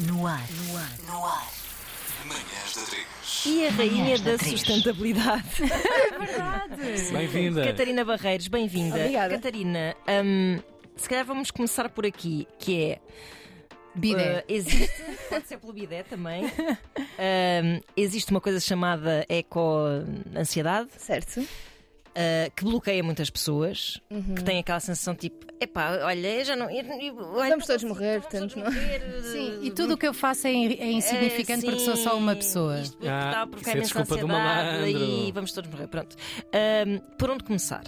No ar. Manhãs da 3. E a rainha Manhãs da da Três. sustentabilidade, Bem-vinda. Catarina Barreiros, bem-vinda. Obrigada. Catarina, hum, se calhar vamos começar por aqui, que é. Bidé. uh, existe, pode ser pelo bidé também. hum, existe uma coisa chamada eco-ansiedade Certo. uh, que bloqueia muitas pessoas, Uhum. que têm aquela sensação tipo: epá, olha, eu já não. eu- eu- eu- olha, Vamos todos morrer, vamos todos portanto, não. morrer, Sim, E tudo o que eu faço é, in- é insignificante porque sou só uma pessoa. Eh, Isto porque Ah, está a provocar isso é imensa desculpa do ansiedade malandro. e vamos todos morrer. Pronto. Ahm, por onde começar?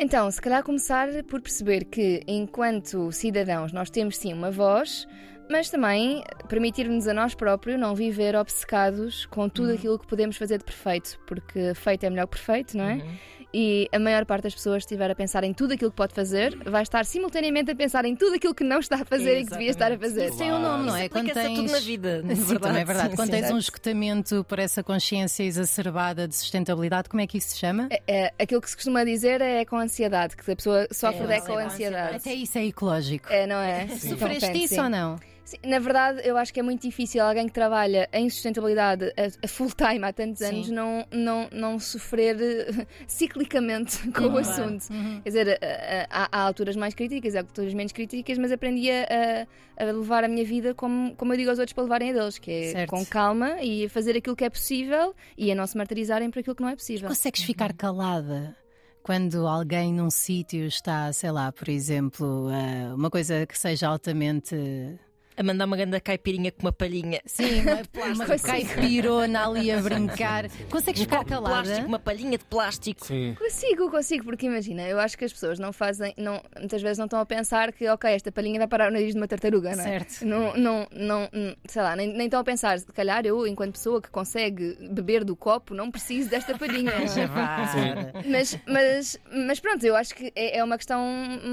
Então, se calhar começar por perceber que, enquanto cidadãos, nós temos sim uma voz, mas também permitir-nos a nós próprios não viver obcecados com tudo aquilo que podemos fazer de perfeito, porque feito é melhor que perfeito, não é? E a maior parte das pessoas, se estiver a pensar em tudo aquilo que pode fazer, vai estar simultaneamente a pensar em tudo aquilo que não está a fazer e que devia estar a fazer. Isso tem um nome, não é? Quando Aplica-se a tudo tens- na vida. na Sim, também é verdade. Sim, Quando sim. tens um exato. esgotamento por essa consciência exacerbada de sustentabilidade, como é que isso se chama? É- é- aquilo que se costuma dizer é com ansiedade, que a pessoa sofre É, de é com eco-ansiedade. Até isso é ecológico. É, não é? Sim. Sofreste Então, isso sim. ou não? Sim, na verdade, eu acho que é muito difícil alguém que trabalha em sustentabilidade a, a full time há tantos Sim. anos não, não, não sofrer eh, ciclicamente com o assunto. Uhum. Quer dizer, eh, eh, há, há alturas mais críticas, há alturas menos críticas, mas aprendi a, a- a levar a minha vida como, como eu digo aos outros para levarem a deles, que é Certo. com calma e fazer aquilo que é possível e a não se martirizarem por aquilo que não é possível. Consegues ficar calada quando alguém num sítio está, sei lá, por exemplo, a- uma coisa que seja altamente. A mandar uma grande caipirinha com uma palhinha. Sim, uma, uma caipirona ali a brincar. Consegues ficar Plástico, calada? uma palhinha de plástico. Sim. Consigo, consigo, porque imagina, eu acho que as pessoas não fazem, não, muitas vezes não estão a pensar que, ok, esta palhinha vai parar o nariz de uma tartaruga, não é? Certo. Não, não, não, não- sei lá, nem, nem estão a pensar, se calhar eu, enquanto pessoa que consegue beber do copo, não preciso desta palhinha. não é? Já vai. mas, mas, mas pronto, eu acho que é, é uma questão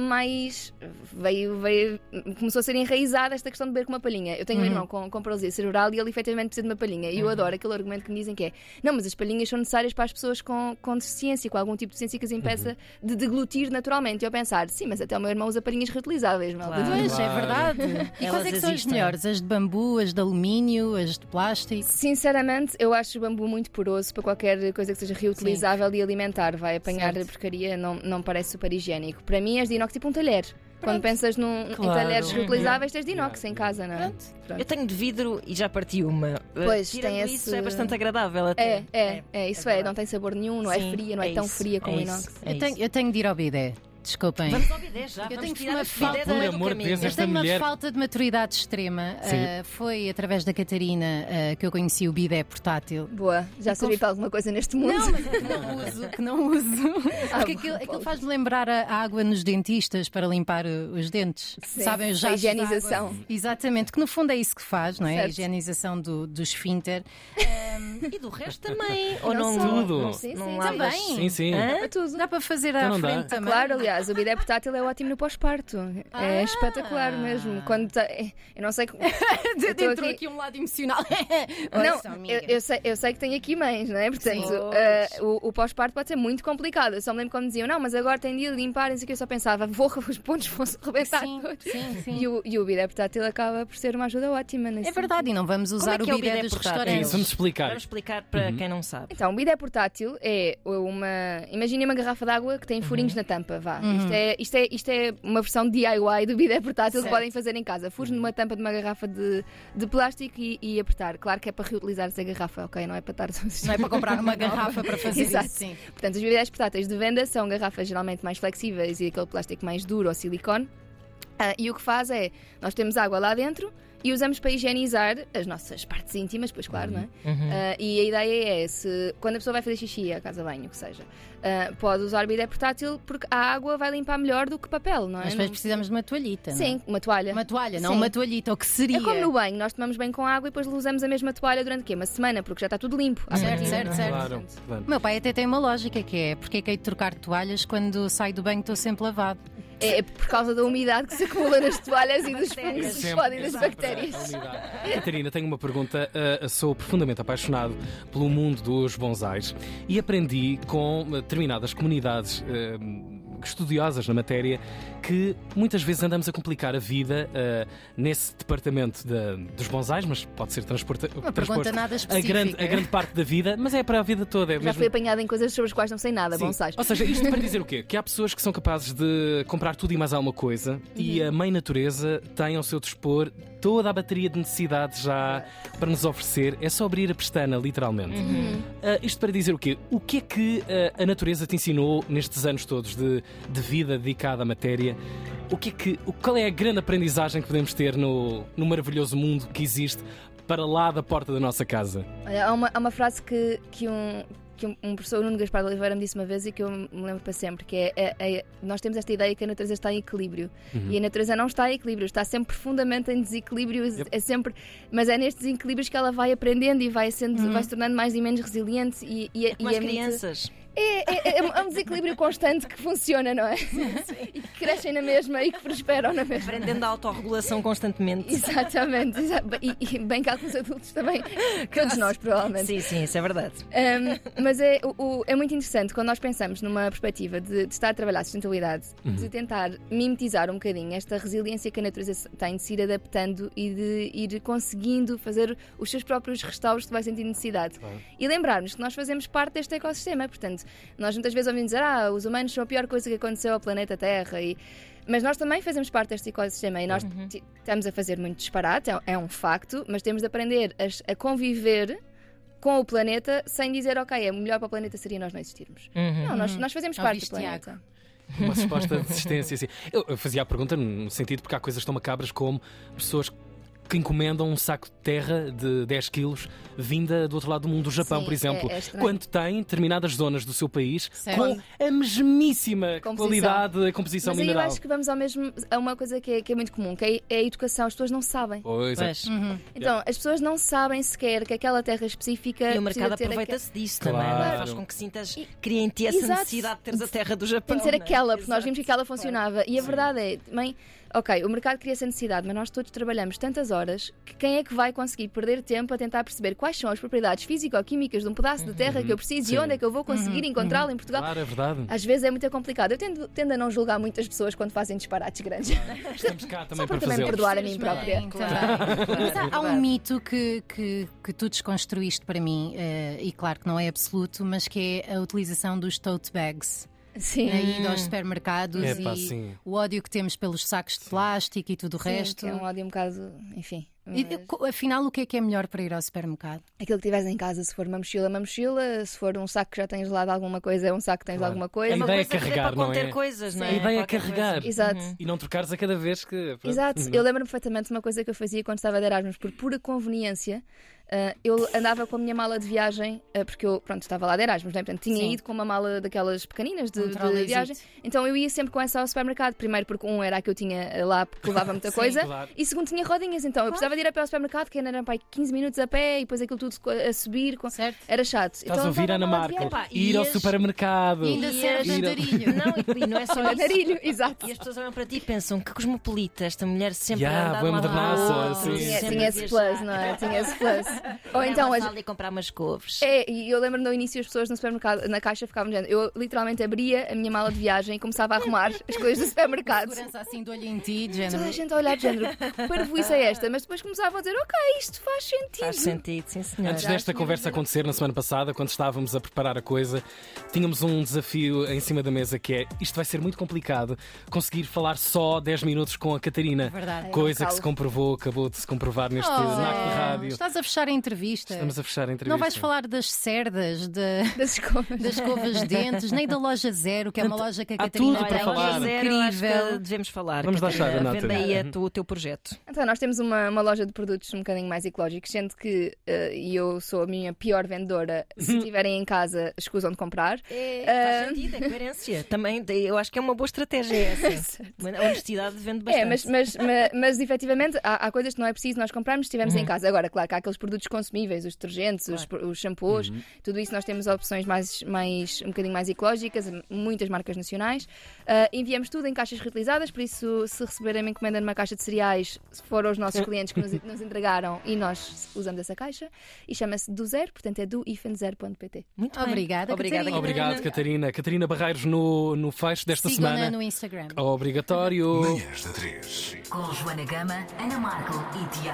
mais. Veio, veio, começou a ser enraizada esta questão de beber com uma palhinha. Eu tenho um irmão com, com paralisia cerebral e ele efetivamente precisa de uma palhinha. E eu adoro aquele argumento que me dizem que é: não, mas as palhinhas são necessárias para as pessoas com, com deficiência, com algum tipo de deficiência que as impeça de deglutir naturalmente. E eu pensar: sim, mas até o meu irmão usa palhinhas reutilizáveis, mal. Claro. Pois, é Claro. verdade. E Elas quais é que são as existem. melhores? As de bambu, as de alumínio, as de plástico? Sinceramente, eu acho o bambu muito poroso para qualquer coisa que seja reutilizável e alimentar. Vai apanhar Certo. porcaria, não, não parece super higiênico. Para mim, és de inox tipo um talher. Quando pensas num, em Claro. talheres reutilizáveis, tens de inox em casa, não é? Eu tenho de vidro e já parti uma. Eh, Pois, Tirando tem isso esse- é bastante agradável até. É, é, é, isso é, não tem sabor nenhum, não Sim, é fria, não é, é tão isso, fria como é o inox. isso. Eu tenho, eu tenho de ir ao bidé. Desculpem. Vamos ao bidé já. vamos tenho tirar uma as bidés falta- do meio Por do amor de caminho. Deus, Eu esta tenho uma mulher- falta de maturidade extrema. Sim. Ah, foi através da Catarina ah, que eu conheci o bidé portátil. Boa, já servi para alguma coisa neste mundo. Não, mas que não uso, que não uso. Porque bom, aquilo, aquilo bom. faz-me lembrar a, a água nos dentistas para limpar uh, os dentes. Sabem, os a jatos de água. higienização. Exatamente, que no fundo é isso que faz, não é? A Certo. higienização do, do esfíncter. é E do resto também. Ou Não não? só. Tudo. não- Sim, não Ah, sim, lavas- Também. Sim, sim. Hã? tudo. Dá para fazer Então à não dá. frente também. Claro, aliás, o bidé portátil é ótimo no pós-parto. Ah. É espetacular mesmo. Quando tá- eu não sei. como- Eu tô Entrou aqui- aqui... um lado emocional. Não, eu, eu sei, eu sei que tem aqui mães, não é? Portanto, eh, o, o pós-parto pode ser muito complicado. Eu só me lembro quando diziam, não, mas agora tem dia de limpar, não sei o que. Eu só pensava, vou, os pontos vão se rebentar Sim, todos. sim, sim. E o, e o bidé portátil acaba por ser uma ajuda ótima nesse É verdade, e não vamos usar é que é o o bidé bidé dos portátil? É restaurantes. isso, vamos explicar. Vamos explicar para Uhum. quem não sabe. Então, um bidé portátil é uma. Imaginem uma garrafa de água que tem Uhum. furinhos na tampa, vá. Isto, é, isto, é, isto é uma versão DIY do bidé portátil Certo. Uhum. que podem fazer em casa. Furos numa tampa de uma garrafa de, de plástico e, e apertar. Claro que é para reutilizar essa garrafa, ok? Não é para estar. Não é para comprar uma garrafa para fazer Exato. isso. Sim. Portanto, os bidés portáteis de venda são garrafas geralmente mais flexíveis e aquele plástico mais duro ou silicone. Ah, e o que faz é, nós temos água lá dentro e usamos para higienizar as nossas partes íntimas, pois claro, não é? Uhum. Ah, e a ideia é, se, quando a pessoa vai fazer xixi, a casa de banho, o que seja, ah, pode usar bidé portátil porque a água vai limpar melhor do que papel, não é? Mas Não- depois precisamos de uma toalhita. não é? Sim, uma toalha. Uma toalha, não Sim. uma toalhita, o que seria? É como no banho, nós tomamos bem com água e depois usamos a mesma toalha durante o quê? Uma semana, porque já está tudo limpo. à Certo, partida. é? certo, certo. Claro. O meu pai até tem uma lógica que é porque é que hei de trocar toalhas quando saio do banho estou sempre lavado. É por causa da umidade que se acumula nas toalhas e dos fungos que se Sempre, explodem das sempre, bactérias. a unidade. Catarina, tenho uma pergunta. Ah, sou profundamente apaixonado pelo mundo dos bonsais e aprendi com determinadas comunidades ah, estudiosas na matéria que muitas vezes andamos a complicar a vida eh, nesse departamento da- dos bonsais, mas pode ser transporta, Uma transposto pergunta nada a específica. grande, a grande parte da vida, mas é para a vida toda. É Já mesmo- fui apanhada em coisas sobre as quais não sei nada, Sim. bonsais. Ou seja, isto para dizer o quê? Que há pessoas que são capazes de comprar tudo e mais alguma coisa e a mãe natureza tem ao seu dispor toda a bateria de necessidades já para nos oferecer. É só abrir a pestana, literalmente. Ah, isto para dizer o quê? O que é que ah, a natureza te ensinou nestes anos todos de, de vida dedicada à matéria? O que é que, o- qual é a grande aprendizagem que podemos ter no, no maravilhoso mundo que existe para lá da porta da nossa casa? Olha, há uma, há uma frase que, que um. Que um, um professor, o Nuno Gaspar de Oliveira, me disse uma vez e que eu me lembro para sempre, que é, é- é- nós temos esta ideia que a natureza está em equilíbrio Uhum. e a natureza não está em equilíbrio, está sempre profundamente em desequilíbrio, é sempre, mas é nestes desequilíbrios que ela vai aprendendo e vai, sendo, vai se tornando mais e menos resiliente e, e, é, e Com as muito- crianças. é, é- é um- é um desequilíbrio constante que funciona, não é? E que crescem na mesma e que prosperam na mesma. Aprendendo a autorregulação constantemente. Exatamente, exa- e, e bem cá com os adultos também, todos nós provavelmente. Sim, sim, isso é verdade. Um, mas é, o- o- é muito interessante quando nós pensamos numa perspectiva de, de estar a trabalhar a sustentabilidade, de tentar mimetizar um bocadinho esta resiliência que a natureza tem de se ir adaptando e de ir conseguindo fazer os seus próprios restauros que vai sentir necessidade. E lembrarmos que nós fazemos parte deste ecossistema, portanto, nós muitas vezes ouvimos dizer ah, os humanos são a pior coisa que aconteceu ao planeta Terra e mas nós também fazemos parte deste ecossistema e nós ti- estamos a fazer muito disparate, é, é um facto, mas temos de aprender a s- a conviver com o planeta sem dizer, ok, é melhor para o planeta seria nós não existirmos. Uhum. Não, nós, nós fazemos Ouviste, parte do planeta. Uma resposta de existência, assim. Eu, eu fazia a pergunta no sentido porque há coisas tão macabras como pessoas que encomendam um saco de terra de 10 quilos vinda do outro lado do mundo, do Japão, Sim, por exemplo, é- é estranho. quando têm determinadas zonas do seu país Certo. com a mesmíssima Composição. qualidade da composição Mas aí é eu um mineral. acho que vamos ao mesmo, a uma coisa que é, que é muito comum, que é, é a educação, as pessoas não sabem. Pois é. Pois. Uhum. Então, as pessoas não sabem sequer que aquela terra específica. E o precisa mercado ter aquela- aproveita-se disso Claro. também. não é? Faz com que sintas, cria em ti essa Exato. necessidade de teres a terra do Japão. Tem de ser não é? aquela, porque nós Exato. vimos que aquela funcionava. E a verdade é, também, ok, o mercado cria essa necessidade, mas nós todos trabalhamos tantas horas que quem é que vai conseguir perder tempo a tentar perceber quais são as propriedades físico-químicas de um pedaço de terra Uhum. que eu preciso e Sim. onde é que eu vou conseguir encontrá-lo em Portugal? Claro, é verdade. Às vezes é muito complicado. Eu tendo, tendo a não julgar muitas pessoas quando fazem disparates grandes. Estamos cá também Ah, Só para para também fazer. perdoar. a Percebes mim própria. bem, Claro, também. claro, É Mas há, há verdade. um mito que, que, que tu desconstruíste para mim, eh, e claro que não é absoluto, mas que é a utilização dos tote bags Sim. na ida aos supermercados Epá, e É sim. o ódio que temos pelos sacos de plástico e tudo o resto. Sim, que é um ódio um bocado. Enfim. E, mas- co- afinal, o que é que é melhor para ir ao supermercado? Aquilo que tiveres em casa, se for uma mochila, uma mochila. Se for um saco que já tens lá de alguma coisa, é um saco que tens de Claro. alguma É coisa. uma ideia é coisa que dê carregar, para não conter é? coisas, não A é? ideia é Qualquer carregar coisa. Uhum. Exato. e não trocares a cada vez que. pronto. Uhum. Exato, eu lembro-me perfeitamente de uma coisa que eu fazia quando estava de Erasmus, por pura conveniência. ah, eu andava com a minha mala de viagem, ah, porque eu pronto, estava lá de Erasmus, né? portanto tinha Sim. ido com uma mala daquelas pequeninas de, Um de trolleysito. viagem. Então eu ia sempre com essa ao supermercado. Primeiro, porque um era a que eu tinha ah, lá, porque levava muita Sim, coisa. claro. E segundo, tinha rodinhas, então eu precisava de ir a pé ao supermercado, que ainda eram pai, 15 minutos a pé e depois aquilo tudo co- a subir. com- Certo? Era chato. Então, Estás a ouvir Ana Marca? Epá, Ir ao ias- supermercado. E ainda E ser as- andarilho. Não, e, e não é só isso. Narilho, exato. E as pessoas olham para ti e pensam que cosmopolita, esta mulher sempre Yeah, a andar boa de um lado para modernaça, o outro, assim. Tinha, sempre tinha a esse viajar. plus, não é? Tinha esse plus. Ou Era então, mais as, ali comprar umas couves. É, e eu lembro no início as pessoas no supermercado, na caixa ficavam dizendo, eu literalmente abria a minha mala de viagem e começava a arrumar as coisas do supermercado. Segurança assim de olho em ti, de Toda a género. gente a olhar de género, que parvoíce é esta? Mas depois começavam a dizer, ok, isto faz sentido. Faz sentido, sim É. senhor. Antes desta conversa acontecer na semana passada, quando estávamos a preparar a coisa, tínhamos um desafio em cima da mesa que é isto vai ser muito complicado conseguir falar só 10 minutos com a Catarina. Verdade. Oh, Coisa que É um caos. se comprovou, acabou de se comprovar neste NAC de rádio. Estás a fechar a entrevista. Estamos a fechar a entrevista. Não vais falar das cerdas, de- Das escovas. das escovas de dentes, nem da loja zero, que é uma loja que a há Catarina tudo Olha, para tem, falar. Loja que é Zero, acho que incrível. devemos falar. Vamos Catarina. deixar a nota. né? Venda aí a tu- o teu projeto. Então, nós temos uma, uma loja de produtos um bocadinho mais ecológicos, sendo que eh, e eu sou a minha pior vendedora. Se tiverem em casa, escusam de comprar. Ah, Faz sentido, é coerência. Também de- eu acho que é uma boa estratégia essa. A honestidade vende bastante. Uhum. É, mas, mas, mas, mas efetivamente há, há coisas que não é preciso nós comprarmos se estivermos em casa. Agora, claro que há aqueles produtos produtos consumíveis, os detergentes, os, os shampoos, Uhum. tudo isso nós temos opções mais, mais, um bocadinho mais ecológicas, muitas marcas nacionais. Ah, enviamos tudo em caixas reutilizadas, por isso, se receberem uma encomenda numa caixa de cereais, se foram os nossos clientes que nos, nos entregaram e nós usamos essa caixa, e chama-se do zero, portanto é do ifenzero.pt. Muito bem. Obrigada, Obrigada, Catarina. Obrigado, Catarina. Catarina Barreiros no, no fecho desta Sigam-na semana. né, no Instagram. Obrigatório. Manhãs da 3. Com Joana Gama, Ana Marco e Tiago.